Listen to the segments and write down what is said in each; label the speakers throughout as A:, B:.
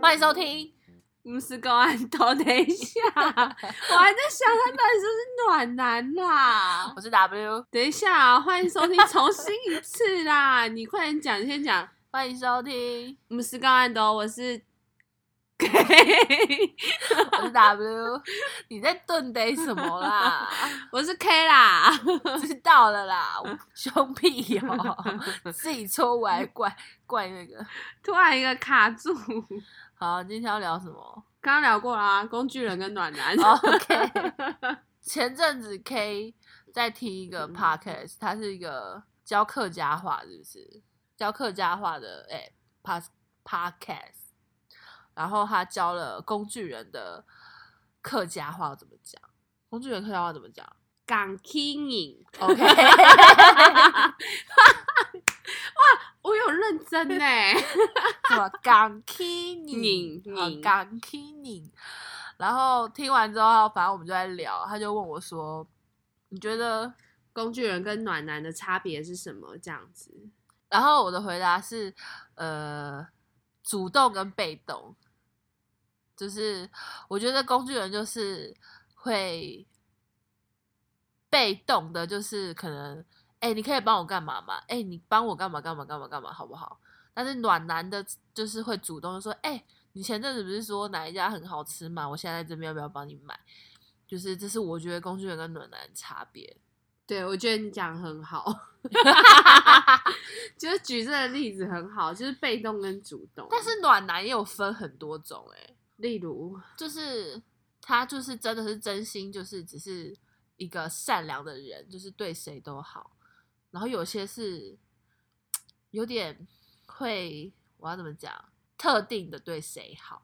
A: 欢迎收 听。我们是公安头，等一下，我还在想他到底是不是暖男啦。
B: 我是 W，
A: 等一下啊、欢迎收听，重新一次啦！你快点讲，你先讲。
B: 欢迎收听，
A: 我们是高安斗，哦我是 K，
B: 我是 W，你 在顿得什么啦？
A: 我是 K 啦。
B: 知道了啦，我凶屁哟、 自己戳我还怪怪那个。
A: 突然一个卡住，
B: 好，今天要聊什么
A: 刚刚聊过啦，工具人跟暖男。
B: 哦？OK，前阵子 K 在听一
A: 嗯
B: 个 podcast，它是一个教客家话，是不是？教客家话的哎、p pod podcast，然后他教了工具人的客家话怎么讲，工具人客家话怎么讲？
A: 港 King
B: OK，
A: 我有认真呢、
B: 什么港 King
A: 拧拧
B: 港 King，然后听完之后，反正我们就在聊，他就问我说：“你觉得
A: 工具人跟暖男的差别是什么？这样子，？”
B: 然后我的回答是：“呃，主动跟被动，就是我觉得工具人就是会被动的，就是可能，哎、你可以帮我干嘛吗？哎、你帮我干嘛干嘛干嘛干嘛，好不好？但是暖男的，就是会主动地说，哎、你前阵子不是说哪一家很好吃嘛？我现在在这边要不要帮你买？就是这是我觉得工具人跟暖男的差别。
A: 对我觉得你讲得很好， 就是举这个例子很好，就是被动跟主动。
B: 但是暖男也有分很多种、哎，
A: 例如，
B: 就是他就是真的是真心，就是只是一个善良的人，就是对谁都好。然后有些是有点会，我要怎么讲？特定的对谁好，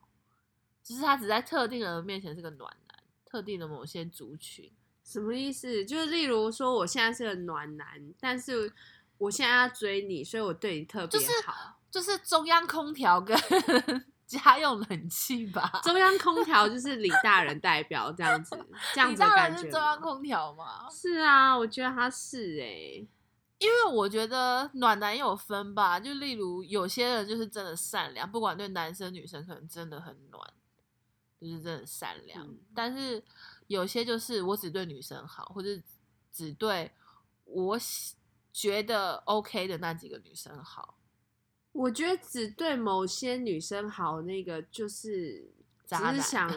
B: 就是他只在特定的人面前是个暖男，特定的某些族群。
A: 什么意思？就是例如说，我现在是个暖男，但是我现在要追你，所以我对你特别好。
B: 就是中央空调跟 家用冷气吧。
A: 中央空调就是李大人代表这 样子，这样
B: 你
A: 子的
B: 当
A: 感
B: 然
A: 觉
B: 是
A: 吗。
B: 中央空调嘛，
A: 是啊，我觉得他是哎、
B: 因为我觉得暖男也有分吧，就例如有些人就是真的善良，不管对男生女生，可能真的很暖，就是真的善良。
A: 嗯
B: 但是有些就是我只对女生好，或者只对我喜觉得 OK 的那几个女生好。
A: 我觉得只对某些女生好，那个就是只
B: 渣男
A: 是想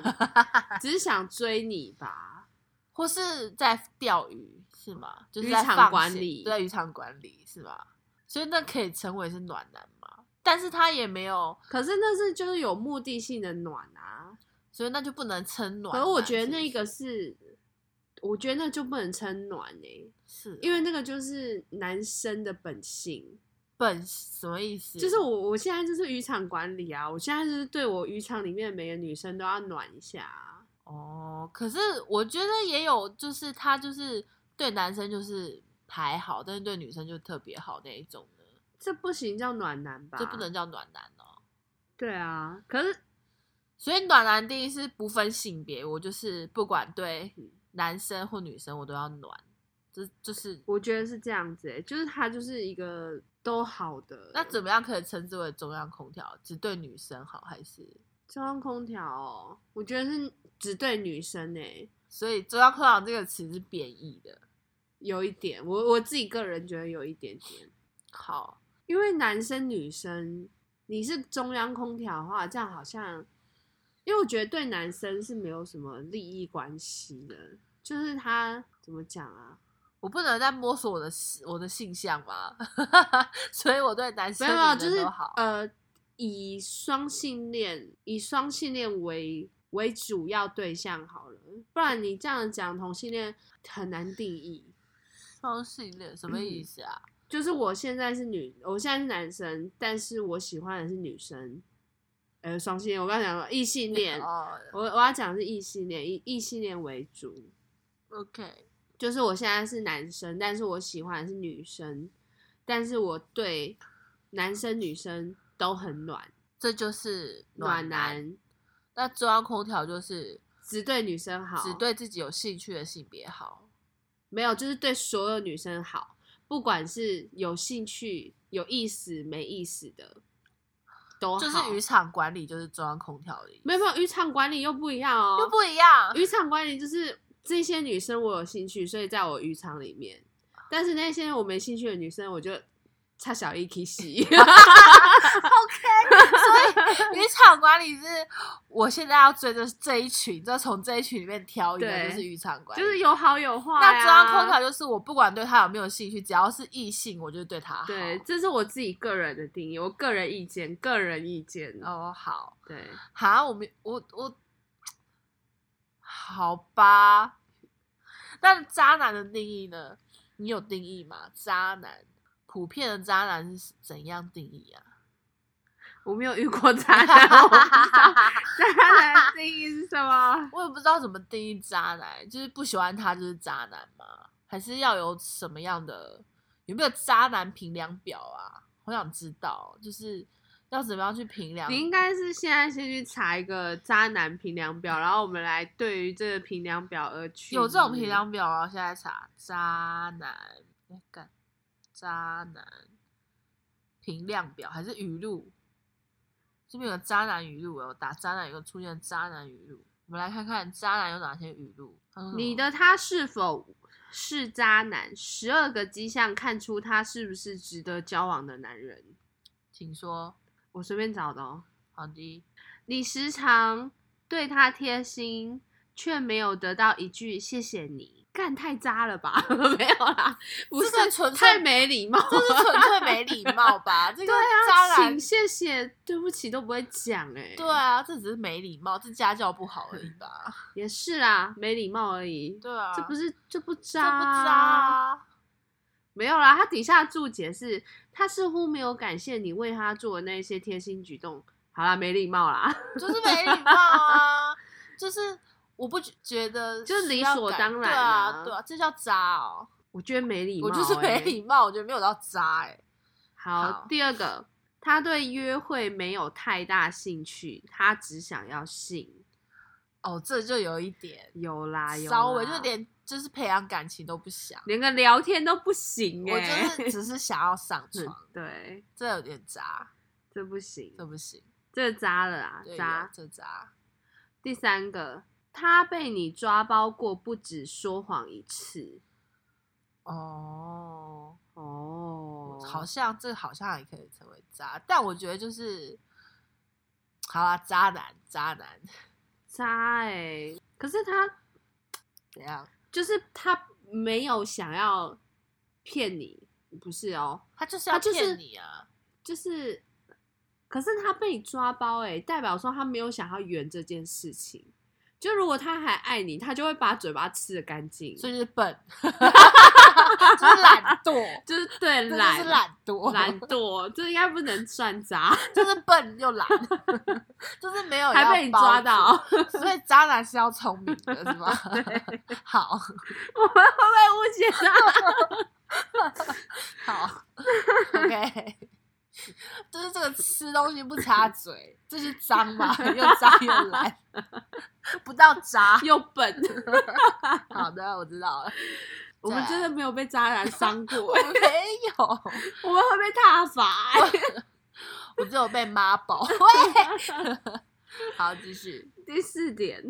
A: 只是想追你吧。
B: 或是在钓鱼是吗？就是
A: 渔
B: 在
A: 场
B: 放
A: 管
B: 闲
A: 理
B: 对渔场管理是吗？所以那可以成为是暖男嘛？但是他也没有，
A: 可是那是就是有目的性的暖啊，
B: 所以那就不能称暖
A: 可
B: 男。
A: 是我觉得
B: 是不
A: 那
B: 是
A: 个是，我觉得那就不能称暖哎、
B: 是哦
A: 因为那个就是男生的本性。
B: 嗯本什么意思？
A: 就是我我现在就是渔场管理啊，我现在就是对我渔场里面的每个女生都要暖一下啊。
B: 哦，可是我觉得也有，就是他就是对男生就是还好，但是对女生就特别好那一种的，
A: 这不行，叫暖男吧？
B: 就不能叫暖男哦。
A: 对啊，可是
B: 所以暖男定义是不分性别，我就是不管对
A: 嗯
B: 男生或女生，我都要暖，这就是
A: 我觉得是这样子、欸，就是他就是一个都好的。
B: 那怎么样可以称之为中央空调？只对女生好还是？
A: 中央空调、哦？我觉得是只对女生哎、
B: 所以中央空调这个词是贬义的。
A: 有一点，我我自己个人觉得有一点点，
B: 好，
A: 因为男生女生你是中央空调的话，这样好像，因为我觉得对男生是没有什么利益关系的，就是他怎么讲啊？
B: 我不能再摸索我的我的性向吗？ 所以我对男
A: 没
B: 生
A: 有没有，
B: 女
A: 就
B: 生
A: 是
B: 都好。
A: 呃，以双性恋以双性恋为为主要对象好了，不然你这样讲同性恋很难定义。
B: 双性恋什么
A: 嗯
B: 意思啊？
A: 就是我现在是女，我现在是男生，但是我喜欢的是女生。呃，双性恋，我刚才讲了异性恋，
B: 哦
A: 我我要讲的是异性恋，以异性恋为主。
B: ，OK，
A: 就是我现在是男生，但是我喜欢的是女生，但是我对男生女生都很暖，
B: 这就是
A: 暖
B: 男。
A: 男
B: 那中央空调就是
A: 只对女生好，
B: 只对自己有兴趣的性别好。
A: 没有，就是对所有女生好，不管是有兴趣、有意思、没意思的，都好。
B: 就是渔场管理就是中央空调的意思，
A: 没有没有渔场管理又不一样哦，
B: 又不一样。
A: 渔场管理就是这些女生我有兴趣，所以在我渔场里面。但是那些我没兴趣的女生，我就差小一 起洗。
B: OK，所以渔场管理是我现在要追的是这一群，就从这一群里面挑一个，
A: 对
B: 就是渔场管理。
A: 就是有好有坏、啊。
B: 那中央空调就是我不管对他有没有兴趣，只要是异性，我就对他好。
A: 对，这是我自己个人的定义，我个人意见，个人意见。哦，
B: 哦，好，
A: 对，
B: 好，我们我我，好吧。但渣男的定义呢？你有定义吗？渣男，普遍的渣男是怎样定义啊？
A: 我没有遇过渣男，我不 知道渣男的定义是什么。
B: 我也不知道怎么定义渣男，就是不喜欢他就是渣男吗？还是要有什么样的有没有渣男评量表啊？我想知道，哦就是要怎么样去评量
A: 你？应该是现在先去查一个渣男评量表，然后我们来对于这个评量表而去
B: 有这种评量表啊？现在查渣男，哎干渣男评量表还是语录？这边有个渣男语录，我有打渣男语录，出现渣男语录。我们来看看渣男有哪些语录。嗯他说什么
A: 你的他是否是渣男？十二个迹象看出他是不是值得交往的男人。
B: 请说，
A: 我随便找的哦。
B: 好的，
A: 你时常对他贴心，却没有得到一句谢谢你，干太渣了吧？ 没有啦，不是
B: 这个纯粹
A: 太没礼貌。
B: 这是纯粹没礼貌吧？ 这
A: 对
B: 个
A: 啊，
B: 渣男
A: 请谢谢，对不起都不会讲哎、
B: 对，啊，这只是没礼貌，这家教不好而已吧？
A: 也是啦，没礼貌而已。
B: 对啊，
A: 这不是这不
B: 这
A: 渣
B: 不渣
A: 啊
B: 啊？
A: 没有啦，他底下注解是，他似乎没有感谢你为他做的那些贴心举动。好啦，没礼貌啦，
B: 就是没礼貌啊！ 就是我不觉觉得
A: 就是
B: 需
A: 理
B: 要
A: 所
B: 改
A: 当然
B: 对
A: 啊
B: 啊，对啊，这叫渣哦！
A: 我觉得没礼貌、欸
B: 我就是没
A: 貌。
B: 礼貌，我觉得没有到渣哎、
A: 好，
B: 好
A: 第二个，他对约会没有太大兴趣，他只想要性。
B: 哦，这就有一点，
A: 有啦，哎有啦
B: 稍微就是连就是培养感情都不想，
A: 连个聊天都不行
B: 我
A: 哎、
B: 就是只是想要 上床，
A: 对，
B: 这有点渣，
A: 这不行，
B: 这不行，
A: 这渣了啦，
B: 对，
A: 啊渣。
B: 这渣。
A: 第三个，他被你抓包过，不止说谎一次。
B: 哦，
A: 哦，
B: 好像这好像也可以成为渣，但我觉得就是，好啦，渣男，渣男
A: 渣哎、可是他
B: 怎样？
A: 就是他没有想要骗你，不是哦，
B: 他就是要
A: 他就是
B: 骗你啊！
A: 就是，可是他被你抓包哎、代表说他没有想要圆这件事情。就如果他还爱你，他就会把嘴巴吃的干净，
B: 所以 就是笨，就是懒惰，
A: 就是对
B: 这
A: 懒
B: 就是懒惰，
A: 懒惰，这应该不能算 渣，
B: 就是笨又 懒，就是没有
A: 还被
B: 要
A: 你
B: 包
A: 抓
B: 住。
A: 到，
B: 所以渣男是要聪明的，是 吗？ 好
A: 我们会被误解到。
B: 好，OK，就是这个吃东西不插嘴，这是脏 吧？又脏又懒，不到渣。
A: 又笨，
B: 好的，我知道了，
A: 我们真的没有被渣男伤过
B: 我
A: 欸、
B: 没有。
A: 我们会被踏伐欸、
B: 我只有被妈宝。 喂， 好，继续。
A: 第四点，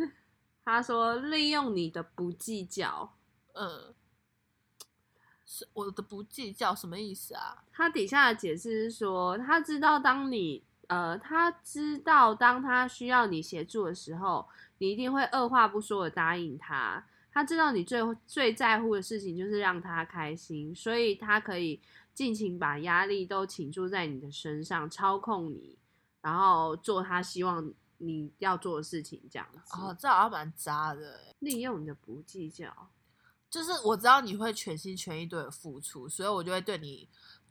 A: 他说利用你的不计较。
B: 嗯，是我的不计较什么意思啊？
A: 他底下的解释是说，他知道当你呃，他知道当他需要你协助的时候，你一定会二话不说的答应他。他知道你最最在乎的事情就是让他开心，所以他可以尽情把压力都倾注在你的身上，操控你，然后做他希望你要做的事情，这样子。
B: 哦，这好像蛮渣的欸。
A: 利用你的不计较，
B: 就是我知道你会全心全意对我付出，所以我就会对你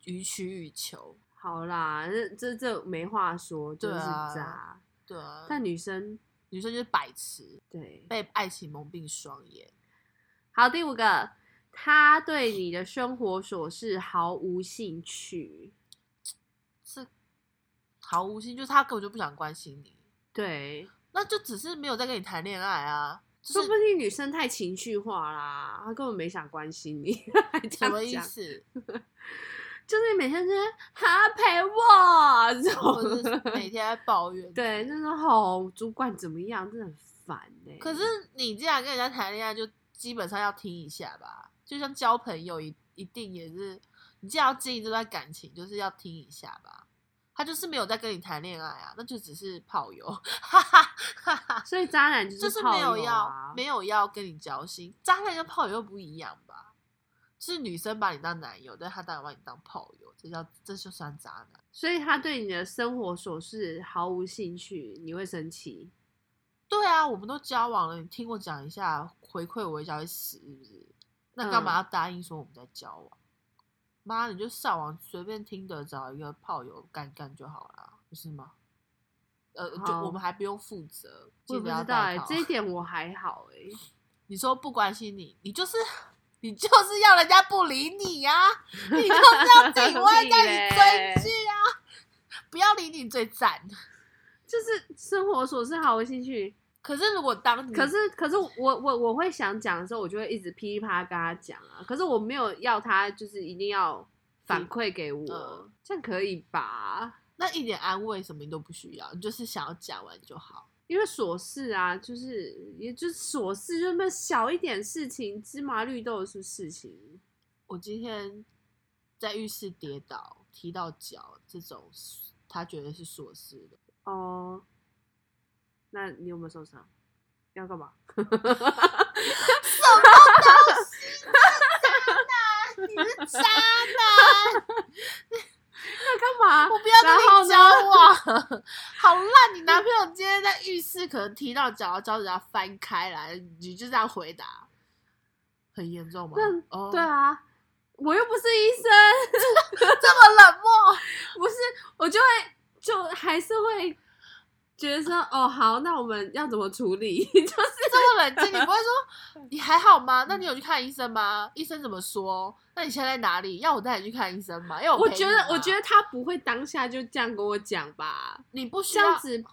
B: 予取予求。
A: 好啦，这这这没话说，就是
B: 对啊
A: 渣。
B: 对啊，
A: 但女生
B: 女生就是白痴，
A: 对，
B: 被爱情蒙蔽双眼。
A: 好，第五个，他对你的生活琐事毫无兴趣。
B: 这毫无心，就是他根本就不想关心你，
A: 对，
B: 那就只是没有在跟你谈恋爱啊。就
A: 说
B: 是
A: 不定女生太情绪化啦，她根本没想关心你，还这
B: 什么
A: 样
B: 意
A: 讲。
B: 思？
A: 就是每天就是他陪我这
B: 或者
A: 种，
B: 哦是每天在抱 怨。
A: 对，就是吼主管怎么样，真的很烦哎、
B: 可是你既然跟人家谈恋爱，就基本上要听一下吧，就像交朋友一一定也是，你既然要经营这段感情，就是要听一下吧。他就是没有在跟你谈恋爱啊，那就只是炮友， 哈哈哈哈，
A: 所以渣男就
B: 就是
A: 炮
B: 没有
A: 友
B: 要、
A: 啊
B: 没有要跟你交心。渣男跟炮友又不一样吧？是女生把你当男友，但他当然把你当炮友，这叫这就算渣男。
A: 所以他对你的生活琐事毫无兴趣，你会生气。
B: 对啊，我们都交往了，你听我讲一下，回馈我一下会死是不是？那
A: 嗯
B: 干嘛要答应说我们在交往？妈，你就上网随便听的找一个炮友干干就好啦，不是吗？呃，就
A: 好
B: 我们还不用负责，
A: 我也
B: 记得
A: 不知
B: 要
A: 道
B: 带
A: 哎、
B: 套。
A: 这一点我还好哎、
B: 你说不关心你，你就是你就是要人家不理你 呀、你就是要自己歪在你追剧啊，不要理你最赞。
A: 就是生活琐事毫无兴趣。
B: 可是如果当你
A: 可是可是我我我会想讲的时候，我就会一直噼里啪啦跟他讲啊。可是我没有要他就是一定要反馈给我，
B: 嗯
A: 这样可以吧？
B: 那一点安慰什么你都不需要，你就是想要讲完就好。
A: 因为琐事啊，就是也就是琐事，就那么小一点事情，芝麻绿豆是事情。
B: 我今天在浴室跌倒，踢到脚，这种他觉得是琐事的。
A: 哦，那你有没有受伤？要干嘛？
B: 你是渣男，
A: 要干嘛？
B: 我不要
A: 然后
B: 跟
A: 呢
B: 你交往，好烂！你男朋友今天在浴室可能踢到脚，脚趾甲翻开来，你就这样回答，很严重吗？哦，
A: 对，啊，我又不是医生，
B: 这么冷漠，
A: 不是我就会就还是会觉得说，哦，好，那我们要怎么处理？ 就是
B: 这么冷静，你不会 说你还好吗？
A: 嗯
B: 那你有去看医生吗？医生怎么说？那你现在在哪里？要我带你去看医生吗？要
A: 我
B: 陪
A: 觉
B: 你
A: 得
B: 吗，
A: 我觉得他不会当下就这样跟我讲吧，
B: 你不需
A: 这
B: 要
A: 样子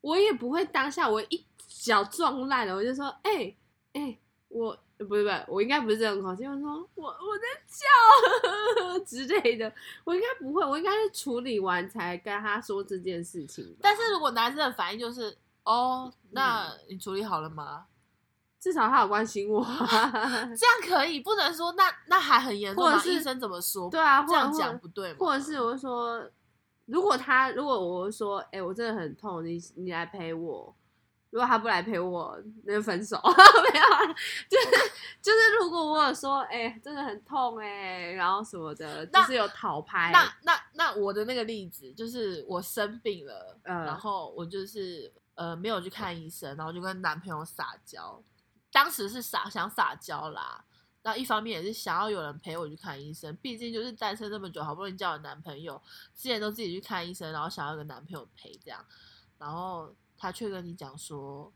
A: 我也不会当下我一脚撞烂了，我就说，哎、哎、我。不是不是，我应该不是这种口气。我说我我在叫 之类的，我应该不会，我应该是处理完才跟他说这件事情吧。
B: 但是如果男生的反应就是哦，那
A: 嗯
B: 你处理好了吗？
A: 至少他有关心我、啊
B: 这样可以，不能说那那还很严重吗，
A: 或者是
B: 医生怎么说？
A: 对啊，或
B: 这
A: 者
B: 样讲不对吗？
A: 或者是我就说，如果他如果我说，哎、我真的很痛，你你来陪我。如果他不来陪我，那就分手。 没有啊，就是就是，如果我有说，哎、真的很痛哎、然后什么的，就
B: 那
A: 是有讨拍。
B: 那 那那我的那个例子就是我生病了，
A: 嗯
B: 然后我就是呃没有去看医生，然后就跟男朋友撒娇，当时是撒想撒娇啦，那一方面也是想要有人陪我去看医生，毕竟就是单身这么久，好不容易交了男朋友，之前都自己去看医生，然后想要有个男朋友陪这样，然后他却跟你讲说。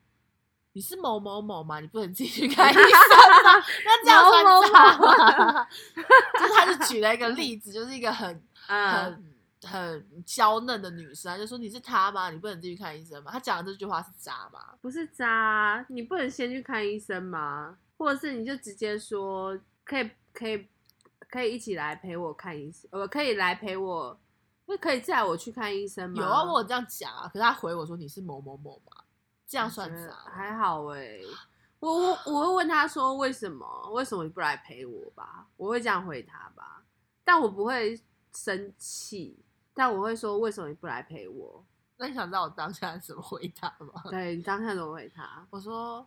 B: 你是某某某嘛？你不能自己去看医生吗？那这样算渣吗？就是他就举了一个例子，就是一个很
A: 嗯，
B: 很很娇嫩的女生，她就说你是她吗？你不能自己去看医生吗？她讲的这句话是渣吗？
A: 不是渣啊，你不能先去看医生吗？或者是你就直接说，可以可以可以一起来陪我看医生，呃，可以来陪我，那可以载我去看医生吗？
B: 有啊，我有这样讲啊，可是她回我说你是某某某嘛，这样算
A: 觉
B: 渣啊吗？
A: 得还好哎、我我我会问他说为什么为什么你不来陪我吧？我会这样回他吧，但我不会生气，但我会说为什么你不来陪我？
B: 那你想知道我当下是怎么回答吗？
A: 对你当下怎么回他？
B: 我说，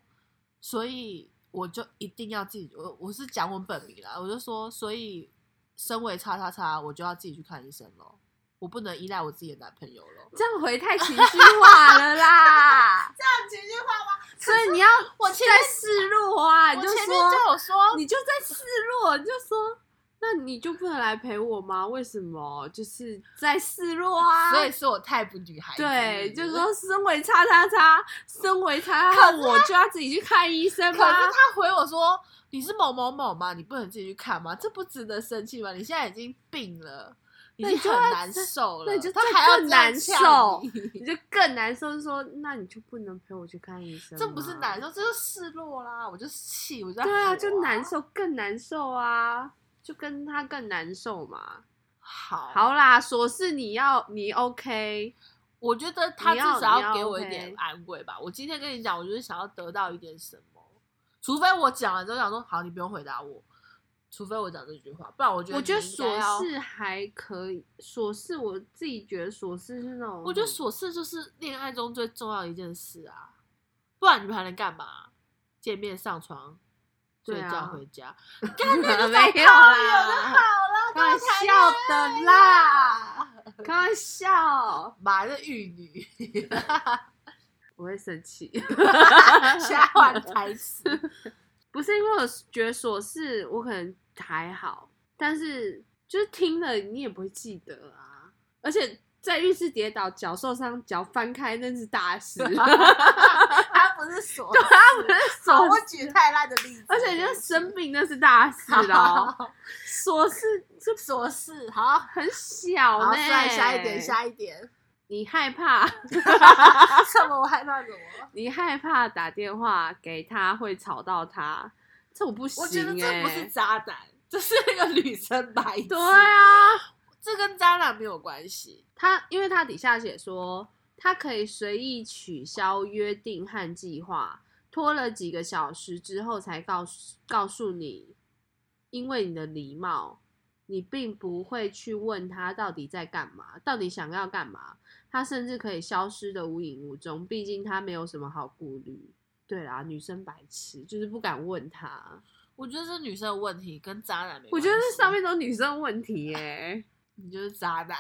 B: 所以我就一定要自己，我我是讲我本名啦，我就说，所以身为叉叉叉，我就要自己去看医生咯，我不能依赖我自己的男朋友咯。
A: 这样回太情绪化了啦，
B: 这样情绪化吗？
A: 所以你要
B: 我
A: 在
B: 前面
A: 示弱啊，你
B: 我
A: 就
B: 前面
A: 说
B: 就有说，
A: 你就在示弱，你就说。那你就不能来陪我吗？为什么？就是在示弱啊！
B: 所以嗯是我太不女孩子
A: 对，就是是说身为叉叉叉，身为叉叉叉，我就要自己去看医生
B: 可是
A: 吗？
B: 他回我说：“你是某某某吗？你不能自己去看吗？这不值得生气吗？你现在已经病了，已
A: 那
B: 经
A: 你就
B: 很
A: 要
B: 难受了，
A: 那你就
B: 他
A: 再
B: 还要
A: 更
B: 这样
A: 难
B: 呛你
A: 你就更难受，就说那你就不能陪我去看医生？
B: 这不是难，受，这就是示弱啦！我就气，我就在
A: 啊对啊
B: 火啊
A: 啊，就难。受，更难受啊，就跟他更难受嘛。
B: 好，，
A: 好啦，琐事你要你 OK，
B: 我觉得他
A: 你
B: 至
A: 要
B: 少
A: 你要
B: 给我一点
A: OK
B: 安慰吧。我今天跟你讲，我就是想要得到一点什么，除非我讲了之后想说好，你不用回答我，除非我讲这句话，不然我觉得
A: 我觉得
B: 你应该要
A: 琐事还可以，琐事我自己觉得琐事是那种，
B: 我觉得琐事就是恋爱中最重要的一件事啊，不然你们还能干嘛？见面、上床、睡
A: 对啊
B: 觉、回家，
A: 根本没
B: 有
A: 有
B: 啦，
A: 啦，
B: 好了，
A: 开
B: 跟
A: 玩
B: 我谈
A: 笑
B: 恋爱
A: 的 啦，开玩笑，
B: 妈的玉女，
A: 我会生气。
B: 瞎换 台词。
A: 不是因为我觉得琐事我可能还好，但是就是听了你也不会记得啊。而且在浴室跌倒，脚受伤，脚翻开那是 大事，
B: 他不是锁，对，他不是
A: 琐
B: 我举太烂的例子，
A: 而且人家生病那是大事 哦。
B: 好
A: 琐事就
B: 琐事，好，
A: 很小
B: 好，
A: 呢、
B: 再下一点，下一点。
A: 你害怕，
B: 什么？我害怕什么？
A: 你害怕打电话给他会吵到他，这我不行、欸。
B: 我觉得这不是渣男，这是那个女生白痴
A: 对啊，
B: 这跟渣男没有关系。
A: 他因为他底下写说，他可以随意取消约定和计划，拖了几个小时之后才告诉告诉你，因为你的礼貌，你并不会去问他到底在干嘛，到底想要干嘛。他甚至可以消失的无影无踪，毕竟他没有什么好顾虑。对啦，女生白痴就是不敢问他。
B: 我觉得是女生的问题，跟渣男没关系。
A: 我觉得这上面都女生问题耶、
B: 你就是渣 男。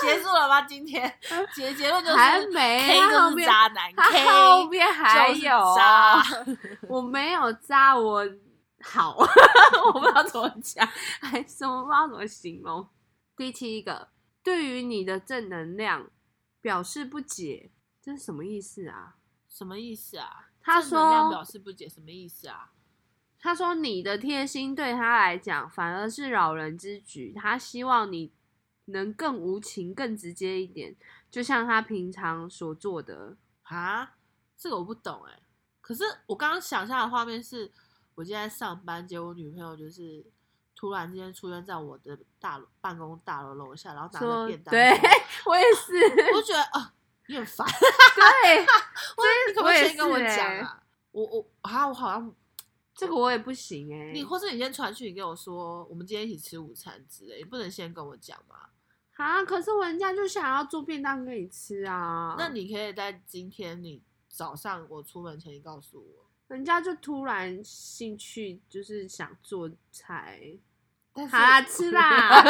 B: 结束了吗？今天结结论 就是
A: 还没
B: K
A: 啊
B: 就
A: 后
B: 是
A: 面
B: 渣男
A: 他后
B: ，K
A: 面还
B: 就是
A: 有啊
B: 渣，
A: 我没有渣，我好， 我不知道怎么讲，还什么不知道怎么形容。第七个，对于你的正能量表示不解，这是什么意思啊？
B: 什么意思啊？
A: 他
B: 正能量
A: 说
B: 表示不解什么意思啊？
A: 他说你的贴心对他来讲反而是扰人之举，他希望你能更无情、更直接一点，就像他平常所做的。
B: 啊，这个我不懂哎、可是我刚刚想象的画面是，我今天在上班，结果我女朋友就是突然之间出现在我的大楼办公大楼楼下，然后拿着
A: 说
B: 便当
A: 对
B: 走，
A: 我也是，
B: 我就觉得啊、你很烦。
A: 对。
B: 我说你可不可
A: 我
B: 以
A: 也
B: 先跟我
A: 是欸
B: 讲啊？我我啊，我好像
A: 这个我也不行哎、
B: 你，或是你先传讯你跟我说，我们今天一起吃午餐之类，你不能先跟我讲吗？
A: 啊，可是我人家就想要做便当给你吃啊，
B: 那你可以在今天你早上我出门前你告诉我，
A: 人家就突然兴趣就是想做菜，
B: 但是
A: 好啦，吃啦。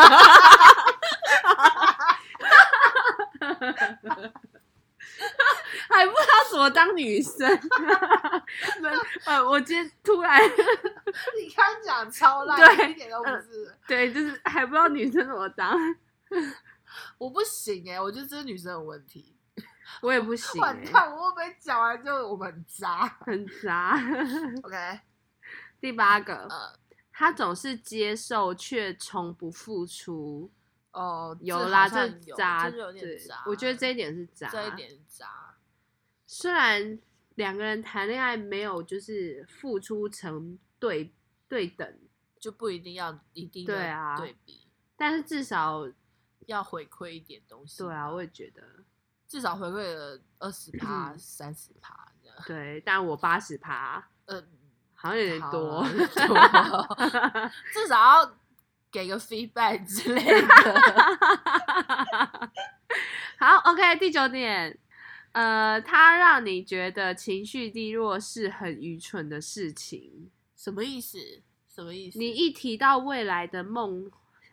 A: 还不知道怎么当女生，没呃，我今天突然
B: 你刚讲超烂，
A: 对嗯
B: 一点都不是。
A: 对，就是还不知道女生怎么当，
B: 我不行哎、我觉得这是女生的问题。
A: 我也不行、
B: 完
A: 欸，
B: 蛋，我会不会讲完就我们很渣
A: 很渣。
B: ？OK，
A: 第八个，
B: 呃，
A: 他总是接受却从不付出。
B: 哦，
A: 有啦，
B: 这好
A: 这
B: 像有
A: 渣，
B: 这有点
A: 对
B: 渣。
A: 我觉得这一点是渣。
B: 这一，点是渣，
A: 虽然两个人谈恋爱没有就是付出成对对等，
B: 就不一定要一定的
A: 对啊
B: 对比，
A: 但是至少
B: 要回馈一点东西。
A: 对啊，我也觉得
B: 至少回馈了二十趴、
A: 嗯
B: 三十趴这样。
A: 对，但我八十趴
B: 呃，
A: 好像有点
B: 好啊
A: 多
B: 啦。有点多至少要给个 feedback 之类的。
A: 好，OK，第九点，呃，他让你觉得情绪低落是很愚蠢的事情。
B: 什么意思？什么意思？
A: 你一提到未来的梦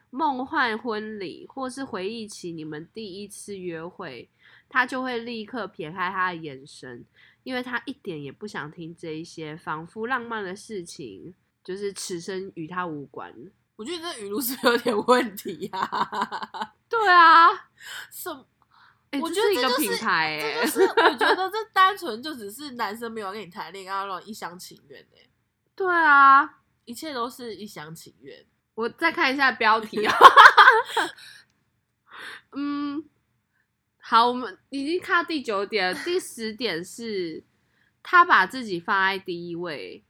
A: 梦幻婚礼，或是回忆起你们第一次约会，他就会立刻撇开他的眼神，因为他一点也不想听这一些仿佛浪漫的事情，就是此生与他无关。
B: 我觉得这语录是不是有点问题呀、啊。
A: 对啊，
B: 什么？
A: 诶
B: 我
A: 哎
B: 觉
A: 这
B: 得
A: 是一
B: 这
A: 个
B: 就
A: 品
B: 是
A: 牌、
B: 这
A: 欸，
B: 就是我觉得 这单纯就只是男生没有跟你谈恋爱，让你一厢情愿哎、
A: 对啊。
B: 一切都是一厢情愿。
A: 我再看一下标题啊，嗯，好，我们已经看到第九点了，第十点是他把自己放在第一位。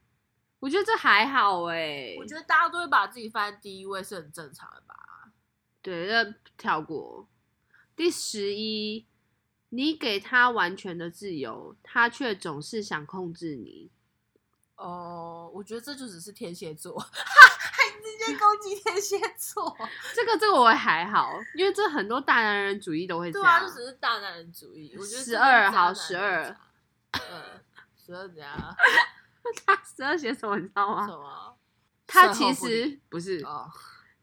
A: 我觉得这还好哎、
B: 我觉得大家都会把自己放在第一位是很正常的吧？
A: 对，那跳过。第十一，你给他完全的自由，他却总是想控制你。
B: 哦，我觉得这就只是天蝎座， 还直接攻击天蝎座。
A: 这个这个我还好，因为这很多大男人主义都会这
B: 对
A: 样。
B: 啊，就只是大男人主义。我觉得
A: 12好12啊
B: 十嗯，十二怎 样？
A: 他十二写什么，你知道
B: 什
A: 吗？
B: 么？
A: 他
B: 售后
A: 其
B: 不理
A: 实不是，
B: 哦，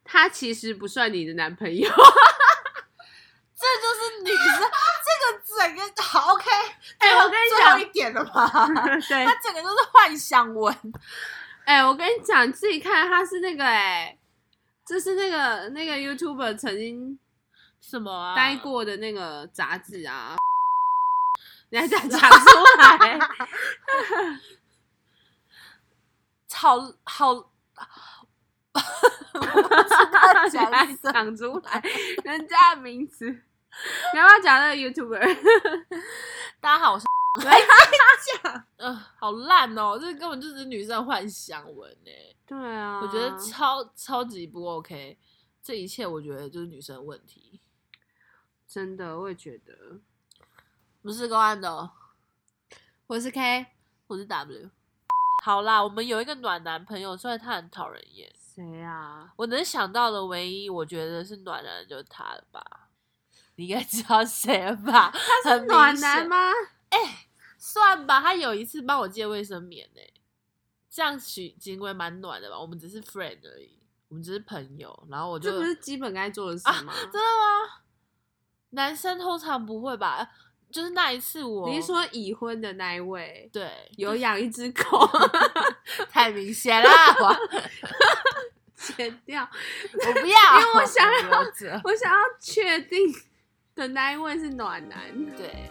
A: 他其实不算你的男朋友。
B: 这就是女 生，这个整个好 OK。
A: 哎我跟你讲
B: 最后一点了吧？
A: 对
B: 他整个都是幻想文，
A: 哎、我跟你讲，你自己看，他是那个哎、就是那个那个 YouTuber 曾经
B: 什么啊
A: 待过的那个杂志啊，你还想讲出来？
B: 好好，我不知 道
A: 你还
B: 讲什么。
A: 讲出来人家的名字？你要不要讲那个 YouTuber？
B: 大家好，我是讲，嗯、好烂哦，这根本就只是女生的幻想文哎、
A: 对啊
B: 我觉得超超级不 OK，这一切我觉得就是女生的问题，
A: 真的，我也觉得。
B: 不是公安的哦，
A: 我是 K，
B: 我是 W。好啦，我们有一个暖男朋友，虽然他很讨人厌，
A: 谁啊？
B: 我能想到的唯一我觉得是暖男的就是他了吧？你应该知道谁了吧？他
A: 是暖男？吗？
B: 算吧，他有一次帮我借卫生棉呢、这样许行为蛮暖的吧？我们只是 friend 而已，我们只是朋友，然后我就
A: 这不是基本该做的事吗？
B: 真的吗？男生通常不会吧？呃就是那一次我，
A: 你是说已婚的那一位
B: 对，
A: 有养一只狗？
B: 太明显了，我
A: 剪掉。
B: 我不要，
A: 因为我想要
B: 留着
A: 我想要确定的那一位是暖男。
B: 对，